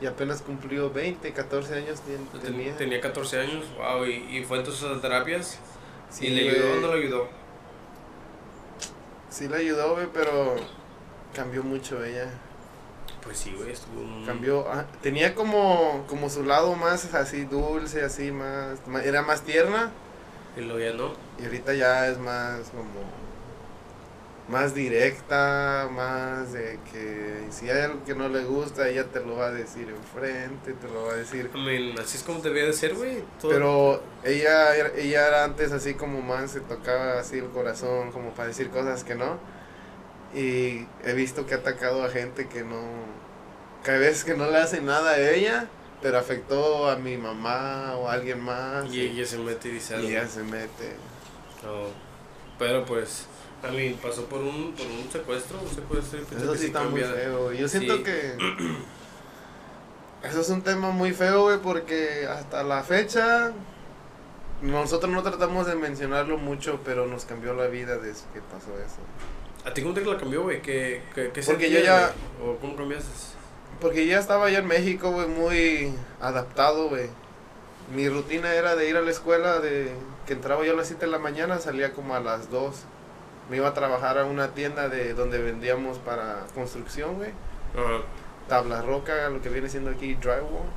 [SPEAKER 2] y apenas cumplió 20, 14 años ten-
[SPEAKER 1] Yo ten-
[SPEAKER 2] tenía.
[SPEAKER 1] Tenía. 14 años, wow, y, y fue entonces a terapias.
[SPEAKER 2] Sí,
[SPEAKER 1] ¿Y le ayudó o
[SPEAKER 2] güey.
[SPEAKER 1] no le ayudó?
[SPEAKER 2] Sí le ayudó, güey, pero cambió mucho ella.
[SPEAKER 1] Pues sí, güey, estuvo un...
[SPEAKER 2] Cambió, ah, tenía como, como su lado más así dulce, así más, ma- era más tierna
[SPEAKER 1] Y lo ya no.
[SPEAKER 2] y ahorita ya es más como, más directa, más de que si hay algo que no le gusta, ella te lo va a decir enfrente, te lo va a decir
[SPEAKER 1] I mean, así es como debía de ser, güey. todo-
[SPEAKER 2] Pero ella, era- ella era antes así como man, se tocaba así el corazón, como para decir cosas que no. Y he visto que ha atacado a gente que no. que a veces que no le hace nada a ella, pero afectó a mi mamá o a alguien más.
[SPEAKER 1] Y ella se mete y dice
[SPEAKER 2] y
[SPEAKER 1] algo.
[SPEAKER 2] ella se mete.
[SPEAKER 1] No. Pero pues, a mí pasó por un, por un secuestro, un secuestro. y pensé
[SPEAKER 2] Eso
[SPEAKER 1] que
[SPEAKER 2] sí está muy
[SPEAKER 1] cambiara.
[SPEAKER 2] feo. Yo siento
[SPEAKER 1] Sí.
[SPEAKER 2] que. (clears throat) Eso es un tema muy feo, güey, porque hasta la fecha. Nosotros no tratamos de mencionarlo mucho, pero nos cambió la vida desde que pasó eso.
[SPEAKER 1] ¿A ti cómo te la cambió, güey? ¿Qué, qué, qué
[SPEAKER 2] Porque yo
[SPEAKER 1] sentías,
[SPEAKER 2] ya-
[SPEAKER 1] güey? ¿O cómo cambiaste?
[SPEAKER 2] Porque ya estaba yo en México, güey, muy adaptado, güey. Mi rutina era de ir a la escuela, de que entraba yo a las 7 de la mañana, salía como a las 2. Me iba a trabajar a una tienda de donde vendíamos para construcción, güey.
[SPEAKER 1] Ajá.
[SPEAKER 2] tabla roca, lo que viene siendo aquí drywall,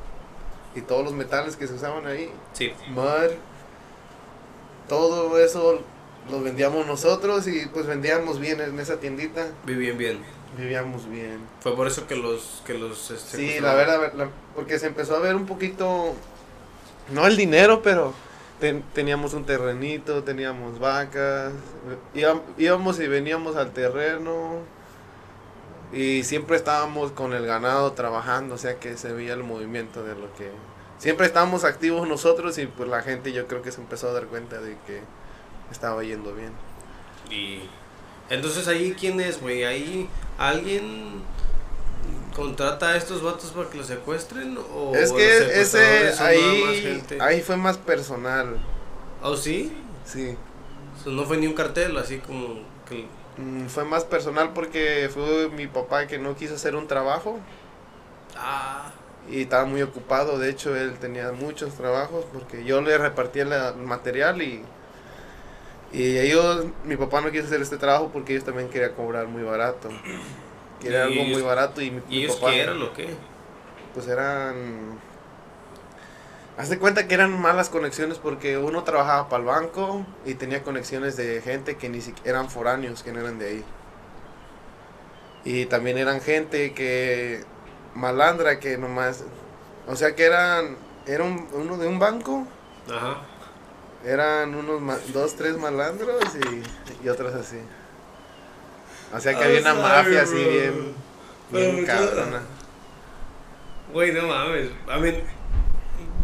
[SPEAKER 2] y todos los metales que se usaban ahí,
[SPEAKER 1] Sí.
[SPEAKER 2] mud, todo eso lo vendíamos nosotros y pues vendíamos bien en esa tiendita,
[SPEAKER 1] Vivían bien.
[SPEAKER 2] vivíamos bien.
[SPEAKER 1] Fue por eso que los... Que los
[SPEAKER 2] Sí,
[SPEAKER 1] este, secuestraron.
[SPEAKER 2] la verdad, la- porque se empezó a ver un poquito, no el dinero, pero ten- teníamos un terrenito, eh, teníamos vacas, íbam- íbamos y veníamos al terreno, Y siempre estábamos con el ganado trabajando, o sea que se veía el movimiento de lo que... Siempre estábamos activos nosotros y pues la gente yo creo que se empezó a dar cuenta de que estaba yendo bien.
[SPEAKER 1] Y entonces ahí quién es, güey, ahí alguien contrata a estos vatos para que los secuestren o
[SPEAKER 2] es
[SPEAKER 1] Oh, los
[SPEAKER 2] que ese
[SPEAKER 1] secuestradores son nada más
[SPEAKER 2] ahí,
[SPEAKER 1] gente?
[SPEAKER 2] ahí fue más personal,
[SPEAKER 1] ¿Oh, sí?
[SPEAKER 2] sí.
[SPEAKER 1] O sea, no fue ni un cartel así como que
[SPEAKER 2] Mm, Fue más personal porque fue mi papá que no quiso hacer un trabajo
[SPEAKER 1] ah,
[SPEAKER 2] y estaba muy ocupado. De hecho, él tenía muchos trabajos porque yo le repartía la- el material y, y ellos, mi papá no quiso hacer este trabajo porque ellos también querían cobrar muy barato. (clears throat) Quería
[SPEAKER 1] ¿Y
[SPEAKER 2] algo muy
[SPEAKER 1] ellos-
[SPEAKER 2] barato y mi, mi
[SPEAKER 1] ¿y ellos
[SPEAKER 2] papá.
[SPEAKER 1] qué eran o qué?
[SPEAKER 2] Pues eran. Haz de cuenta que eran malas conexiones porque uno trabajaba para el banco y tenía conexiones de gente que ni siquiera eran foráneos, que no eran de ahí. Y también eran gente que. malandra, que nomás. O sea que eran. Era un- uno de un banco,
[SPEAKER 1] Ajá.
[SPEAKER 2] eran unos ma- dos, tres malandros y, y otros así. O sea que
[SPEAKER 1] I'm
[SPEAKER 2] había una
[SPEAKER 1] sorry,
[SPEAKER 2] mafia así
[SPEAKER 1] bro.
[SPEAKER 2] bien.
[SPEAKER 1] Ah, Pero
[SPEAKER 2] bien
[SPEAKER 1] yo-
[SPEAKER 2] cabrona.
[SPEAKER 1] Güey, no mames. I mean,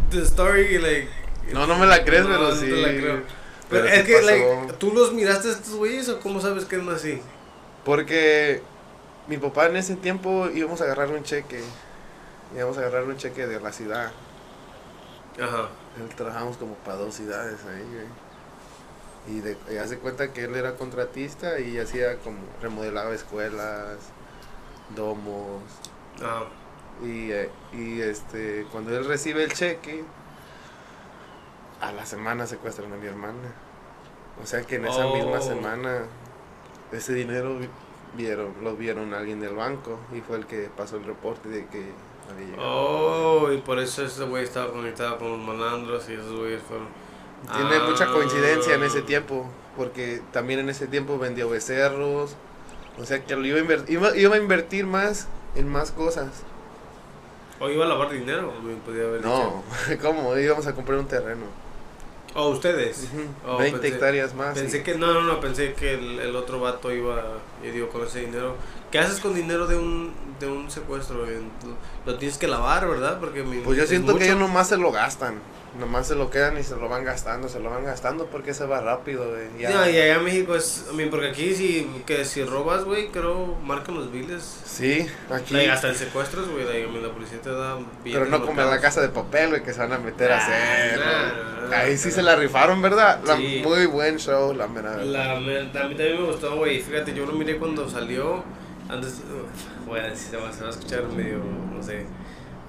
[SPEAKER 1] the story, like.
[SPEAKER 2] No, no me la crees, pero
[SPEAKER 1] no te
[SPEAKER 2] sí.
[SPEAKER 1] la creo. Pero,
[SPEAKER 2] Pero
[SPEAKER 1] es
[SPEAKER 2] sí
[SPEAKER 1] que,
[SPEAKER 2] pasó.
[SPEAKER 1] like, ¿tú los miraste a estos güeyes o cómo sabes que eran así?
[SPEAKER 2] Porque mi papá en ese tiempo íbamos a agarrar un cheque. Íbamos a agarrar un cheque de la ciudad.
[SPEAKER 1] Ajá.
[SPEAKER 2] Él trabajamos como para dos ciudades ahí, güey. Y, de, y hace cuenta que él era contratista y hacía como remodelaba escuelas, domos.
[SPEAKER 1] Ajá.
[SPEAKER 2] Y, eh, y este, cuando él recibe el cheque, a la semana secuestran a mi hermana. O sea que en esa misma
[SPEAKER 1] Oh.
[SPEAKER 2] semana, ese dinero vi- vieron, lo vieron alguien del banco y fue el que pasó el reporte de que había llegado.
[SPEAKER 1] Oh, y por eso ese güey estaba conectado con los malandros y esos güeyes fueron. Oh.
[SPEAKER 2] Tiene mucha coincidencia en ese
[SPEAKER 1] Ah.
[SPEAKER 2] tiempo, porque también en ese tiempo vendió becerros. O sea que lo iba a, inver- iba- iba a invertir más en más cosas.
[SPEAKER 1] O iba a lavar dinero, me podía haber dicho.
[SPEAKER 2] No, (laughs) ¿cómo? Íbamos a comprar un terreno.
[SPEAKER 1] O ustedes.
[SPEAKER 2] Ujú,
[SPEAKER 1] Oh,
[SPEAKER 2] 20
[SPEAKER 1] pensé-
[SPEAKER 2] hectáreas más.
[SPEAKER 1] Pensé
[SPEAKER 2] y-
[SPEAKER 1] que, no, no, no, pensé que el, el otro vato iba, y digo, con ese dinero. ¿Qué haces con dinero de un, de un secuestro? güey? Lo tienes que lavar, ¿verdad? Porque mi-
[SPEAKER 2] Pues yo
[SPEAKER 1] es
[SPEAKER 2] siento que
[SPEAKER 1] mucho.
[SPEAKER 2] ellos nomás se lo gastan. Nomás se lo quedan y se lo van gastando, se lo van gastando porque se va rápido, güey. Ya.
[SPEAKER 1] No, y allá en México es, a mí, porque aquí si, que si robas, güey, creo, marcan los biles.
[SPEAKER 2] Sí, aquí.
[SPEAKER 1] Like, hasta el secuestros, güey, like, I mean, la policía te da billetes
[SPEAKER 2] Pero no como en la
[SPEAKER 1] marcados.
[SPEAKER 2] casa de papel, güey, que se van a meter a
[SPEAKER 1] Ah,
[SPEAKER 2] hacer.
[SPEAKER 1] no, no, no,
[SPEAKER 2] Ahí
[SPEAKER 1] no,
[SPEAKER 2] sí
[SPEAKER 1] no.
[SPEAKER 2] se la rifaron, ¿verdad? La-
[SPEAKER 1] Sí.
[SPEAKER 2] Muy buen show, la mera. verdad.
[SPEAKER 1] La, me- a mí también me gustó, güey. Fíjate, yo lo miré cuando salió. Antes, uh, bueno, si se va, se va a escuchar medio, no sé.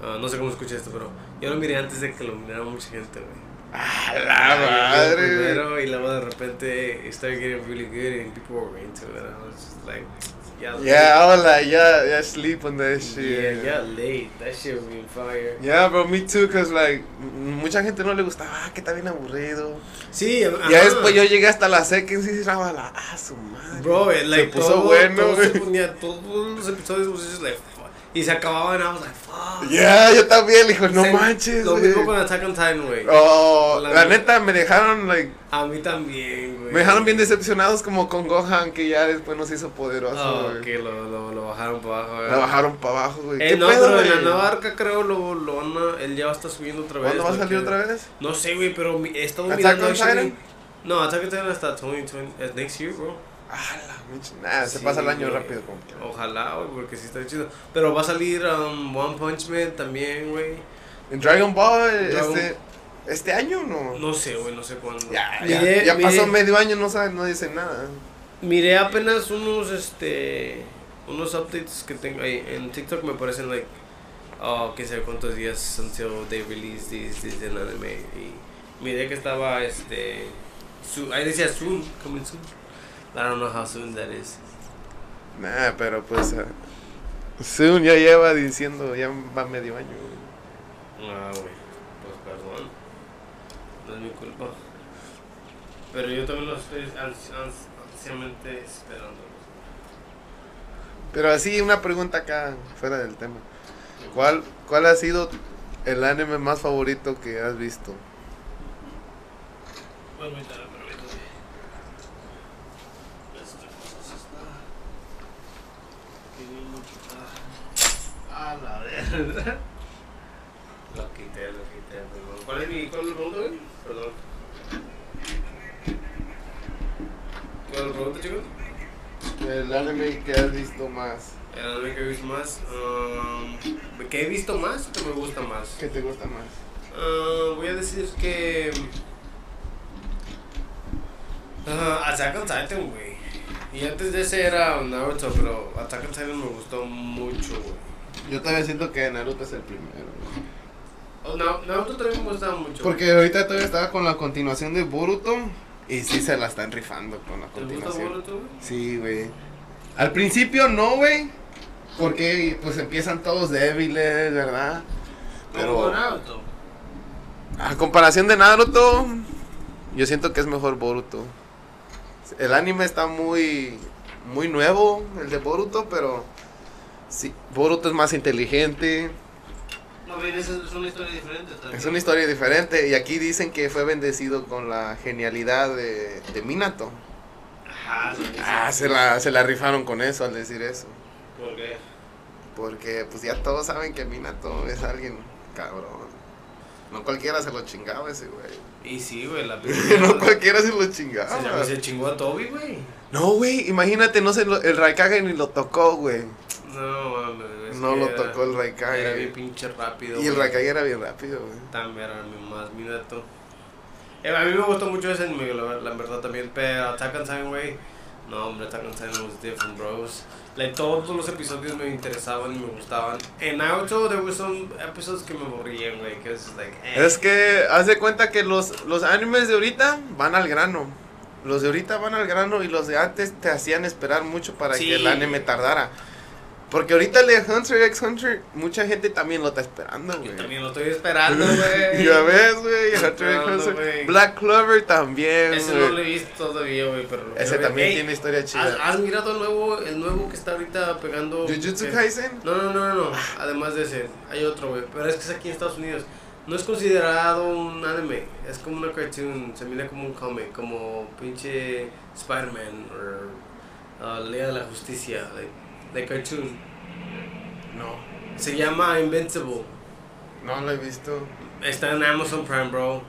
[SPEAKER 1] ah, no sé cómo escuché esto, pero yo lo miré antes de que lo mirara mucha gente, güey.
[SPEAKER 2] ¡Ah,
[SPEAKER 1] Ah, yo
[SPEAKER 2] la
[SPEAKER 1] lo
[SPEAKER 2] madre, güey!
[SPEAKER 1] Primero, y luego de repente, it started getting really good and people were into it. And I was just like, yeah,
[SPEAKER 2] Yeah, hola, yeah, yeah, sleep on that
[SPEAKER 1] late.
[SPEAKER 2] shit.
[SPEAKER 1] yeah, yeah, late. That shit was being fire.
[SPEAKER 2] Yeah, bro, me too, cause like, m- mucha gente no le gustaba, ah, que está bien aburrido.
[SPEAKER 1] Sí,
[SPEAKER 2] Ya
[SPEAKER 1] ajá.
[SPEAKER 2] después yo llegué hasta la second y la, ah, su madre.
[SPEAKER 1] Bro, it, like,
[SPEAKER 2] se puso
[SPEAKER 1] todo,
[SPEAKER 2] bueno,
[SPEAKER 1] todo se
[SPEAKER 2] güey.
[SPEAKER 1] ponía, todos los episodios, was just like, fuck. y se acababan, I was like, fuck.
[SPEAKER 2] Ya, yo también, hijo, no
[SPEAKER 1] Se-
[SPEAKER 2] manches.
[SPEAKER 1] Lo
[SPEAKER 2] güey.
[SPEAKER 1] mismo con Attack on Titan, güey.
[SPEAKER 2] Oh,
[SPEAKER 1] La
[SPEAKER 2] la,
[SPEAKER 1] neta.
[SPEAKER 2] neta me dejaron, like,
[SPEAKER 1] A mí también, güey.
[SPEAKER 2] me dejaron bien decepcionados como con Gohan, que ya después nos hizo poderoso.
[SPEAKER 1] Oh,
[SPEAKER 2] güey.
[SPEAKER 1] que lo, lo, lo bajaron para abajo, güey.
[SPEAKER 2] La bajaron para abajo, güey.
[SPEAKER 1] Eh, no,
[SPEAKER 2] pedo,
[SPEAKER 1] pero en la
[SPEAKER 2] güey?
[SPEAKER 1] nueva arca creo lo, lo van a, él ya va a estar subiendo otra vez.
[SPEAKER 2] ¿Cuándo va a salir
[SPEAKER 1] porque-
[SPEAKER 2] otra vez?
[SPEAKER 1] No sé, güey, pero mi- he estado
[SPEAKER 2] ¿Attack
[SPEAKER 1] mirando
[SPEAKER 2] on
[SPEAKER 1] actually-
[SPEAKER 2] Titan?
[SPEAKER 1] No, Attack on Titan hasta 2020, eh, next year, bro.
[SPEAKER 2] Ah, la mancha. Nah, se
[SPEAKER 1] Sí,
[SPEAKER 2] pasa el año
[SPEAKER 1] güey.
[SPEAKER 2] rápido, como que.
[SPEAKER 1] Ojalá, güey, porque sí está chido. Pero va a salir um, One Punch Man también, güey.
[SPEAKER 2] En Dragon Ball,
[SPEAKER 1] Dragon-
[SPEAKER 2] este, este año no.
[SPEAKER 1] No sé, güey, no sé cuándo.
[SPEAKER 2] Ya, ya,
[SPEAKER 1] Miré-
[SPEAKER 2] ya pasó
[SPEAKER 1] miré-
[SPEAKER 2] medio año, no saben, no dicen nada.
[SPEAKER 1] Miré apenas unos, este, unos updates que tengo ahí en TikTok me parecen like, oh, que sé cuántos días until they release this, this in anime y miré que estaba, este, su- ahí decía soon, coming soon. I don't know how soon that is.
[SPEAKER 2] Nah, pero pues. ah, Soon ya lleva diciendo, ya va medio año. güey.
[SPEAKER 1] Ah, güey, pues perdón, no es mi culpa. Pero yo también lo estoy ans- ans- ansiamente esperando.
[SPEAKER 2] Pero así, una pregunta acá, fuera del tema. ¿Cuál, ¿Cuál ha sido el anime más favorito que has visto?
[SPEAKER 1] Voy a aumentar, permítame. Esta cosa se está- A la verga. Lo quité, lo quité, perdón. ¿Cuál es mi, cuál es mi pregunta, güey? Perdón. ¿Cuál es la pregunta, chicos?
[SPEAKER 2] El anime que has visto más,
[SPEAKER 1] El anime que he visto más. um, ¿Que he visto más o que me gusta más?
[SPEAKER 2] que te gusta más.
[SPEAKER 1] Ah, voy a decir que. ah, Attack on Titan, güey. Y antes de ese era Naruto, pero Attack on Titan me gustó mucho, güey.
[SPEAKER 2] Yo todavía siento que Naruto es el primero. güey.
[SPEAKER 1] Oh, Na- Naruto también me gustaba mucho.
[SPEAKER 2] Porque ahorita todavía estaba con la continuación de Boruto y sí se la están rifando con la
[SPEAKER 1] ¿Te gusta
[SPEAKER 2] continuación.
[SPEAKER 1] Boruto, güey?
[SPEAKER 2] Sí, güey. Al principio no, güey. Porque pues empiezan todos débiles, ¿verdad? Pero-
[SPEAKER 1] Como Naruto.
[SPEAKER 2] A comparación de Naruto, yo siento que es mejor Boruto. El anime está muy muy nuevo, el de Boruto, pero sí, Boruto es más inteligente,
[SPEAKER 1] No, bien, esa es una historia diferente también.
[SPEAKER 2] es una historia diferente y aquí dicen que fue bendecido con la genialidad de, de Minato.
[SPEAKER 1] Ajá, sí, sí.
[SPEAKER 2] Ah, se la, se la rifaron con eso al decir eso,
[SPEAKER 1] ¿Por qué?
[SPEAKER 2] porque pues ya todos saben que Minato es alguien cabrón. No cualquiera se lo chingaba ese güey. (laughs)
[SPEAKER 1] Y sí, güey, (laughs) la
[SPEAKER 2] No
[SPEAKER 1] película.
[SPEAKER 2] cualquiera se lo chingaba.
[SPEAKER 1] se, llama- se chingó a Toby, güey.
[SPEAKER 2] No, güey, imagínate, no se lo- el Raikage ni lo tocó, güey.
[SPEAKER 1] No, mames. es
[SPEAKER 2] No
[SPEAKER 1] que
[SPEAKER 2] lo
[SPEAKER 1] era-
[SPEAKER 2] tocó el
[SPEAKER 1] Era bien
[SPEAKER 2] Raikage.
[SPEAKER 1] pinche rápido.
[SPEAKER 2] Y el
[SPEAKER 1] güey.
[SPEAKER 2] Raikage era bien rápido, güey.
[SPEAKER 1] También era mi más minato. Eh, a mí me gustó mucho ese anime, la, la verdad también, pero Attack on Titan, güey. No, hombre, Attack on Titan was different, bros. Like, todos los episodios me interesaban y me gustaban. En Naruto, there were some episodes que me aburrían, güey, que es like, eh.
[SPEAKER 2] Es que hace cuenta que los, los animes de ahorita van al grano. Los de ahorita van al grano y los de antes te hacían esperar mucho para
[SPEAKER 1] Sí.
[SPEAKER 2] que el anime tardara. Porque ahorita el de Hunter x Hunter, mucha gente también lo está esperando,
[SPEAKER 1] Yo
[SPEAKER 2] güey.
[SPEAKER 1] también lo estoy esperando, güey.
[SPEAKER 2] (laughs) Ya ves, güey, Hunter x
[SPEAKER 1] Esperando,
[SPEAKER 2] Hunter.
[SPEAKER 1] güey.
[SPEAKER 2] Black Clover también,
[SPEAKER 1] Ese
[SPEAKER 2] güey.
[SPEAKER 1] no lo he visto todavía, güey, pero... lo
[SPEAKER 2] Ese
[SPEAKER 1] quiero ver.
[SPEAKER 2] también
[SPEAKER 1] Ey,
[SPEAKER 2] tiene historia
[SPEAKER 1] ¿has,
[SPEAKER 2] chida.
[SPEAKER 1] has mirado el nuevo, el nuevo que está ahorita pegando?
[SPEAKER 2] Jujutsu
[SPEAKER 1] que-
[SPEAKER 2] Kaisen.
[SPEAKER 1] No, no, no, no, no. Además de ese, hay otro, güey. Pero es que es aquí en Estados Unidos. No es considerado un anime. Es como una cartoon. Se mira como un cómic. Como pinche Spider-Man o Ley de la Justicia. Like, de cartoon.
[SPEAKER 2] No,
[SPEAKER 1] Se llama Invincible.
[SPEAKER 2] no lo he visto.
[SPEAKER 1] Está en Amazon Prime, bro.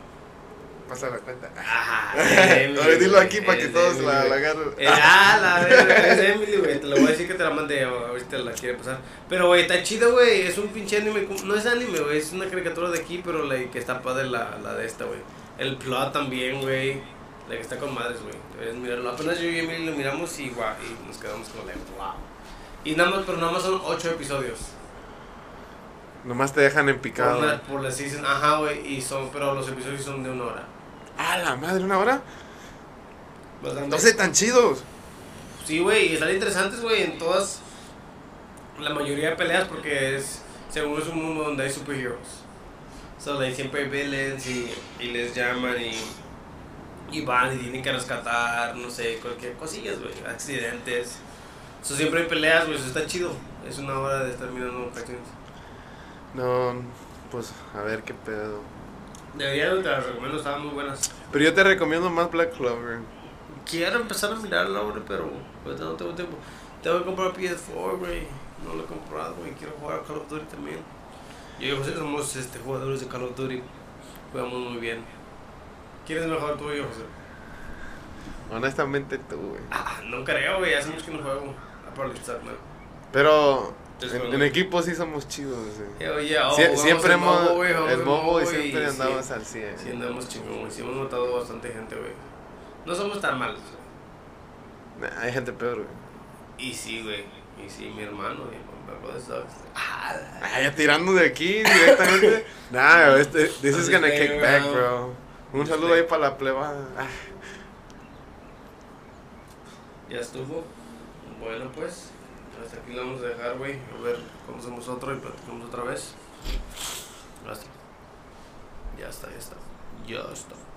[SPEAKER 2] Pasa la cuenta. (laughs)
[SPEAKER 1] Ah,
[SPEAKER 2] Ahora dilo aquí para que
[SPEAKER 1] es
[SPEAKER 2] todos
[SPEAKER 1] Emily,
[SPEAKER 2] la, la
[SPEAKER 1] eh, güey.
[SPEAKER 2] agarren.
[SPEAKER 1] Eh, ah, la verga, es Emily, güey. Te lo voy a decir que te la mandé. Ahorita la quiere pasar. Pero, güey, está chido, güey. Es un pinche anime. como- No es anime, güey. Es una caricatura de aquí, pero la que está padre la, la de esta, güey. El plot también, güey. La que está con madres, güey. Deberías mirarlo. Apenas yo y Emily lo miramos y, guau, y nos quedamos con la wow. Y nada más, pero nada más son ocho episodios.
[SPEAKER 2] Nomás te dejan en
[SPEAKER 1] Por,
[SPEAKER 2] picado.
[SPEAKER 1] la- por la season, ajá, güey. Y son, pero los episodios son de una hora.
[SPEAKER 2] Ah, la madre, una hora.
[SPEAKER 1] Bastante.
[SPEAKER 2] No sé, tan chidos.
[SPEAKER 1] Sí, güey, y están interesantes, güey, en todas, la mayoría de peleas porque es, según es un mundo donde hay superheroes. So, like, siempre hay villains y, y les llaman y, y van y tienen que rescatar, no sé, cualquier cosillas, güey, accidentes. So, siempre hay peleas, güey, eso está chido. Es una hora de estar mirando cartoons.
[SPEAKER 2] No, pues a ver qué pedo.
[SPEAKER 1] Debería, te las recomiendo, estaban muy buenas.
[SPEAKER 2] Pero yo te recomiendo más Black Clover.
[SPEAKER 1] Quiero empezar a mirarla, güey, pero ahorita no tengo tiempo. Tengo que comprar PS4, güey. No lo he comprado, güey. Quiero jugar Call of Duty también. Yo y José somos este, jugadores de Call of Duty. Jugamos muy bien. ¿Quién es mejor tú y yo, José?
[SPEAKER 2] Honestamente tú, güey.
[SPEAKER 1] Ah, no creo, güey. Hace mucho que no juego. Aparte de ¿no?
[SPEAKER 2] Pero
[SPEAKER 1] Te
[SPEAKER 2] en,
[SPEAKER 1] suena.
[SPEAKER 2] en equipo sí somos chidos. güey.
[SPEAKER 1] Oye, oh,
[SPEAKER 2] Sie-
[SPEAKER 1] jugamos
[SPEAKER 2] siempre
[SPEAKER 1] el
[SPEAKER 2] hemos.
[SPEAKER 1] güey, jugamos
[SPEAKER 2] el mobo y
[SPEAKER 1] güey,
[SPEAKER 2] siempre
[SPEAKER 1] sí.
[SPEAKER 2] andamos al 100.
[SPEAKER 1] Sí, andamos chingón, güey. Sí, hemos matado bastante gente, güey. No somos tan malos, güey.
[SPEAKER 2] Nah, hay gente peor, güey.
[SPEAKER 1] Y sí, güey. Y sí, mi hermano, güey. Me acuerdo de eso.
[SPEAKER 2] Ah, ya tirando de aquí directamente.
[SPEAKER 1] (laughs)
[SPEAKER 2] nah, este, this is gonna kick back, bro. Un saludo ahí para la plebada. Ah.
[SPEAKER 1] Ya estuvo. Bueno, pues. Hasta aquí lo vamos a dejar, güey. A ver cómo hacemos otro y platicamos otra vez. Ya está. Ya está, ya está. Ya está.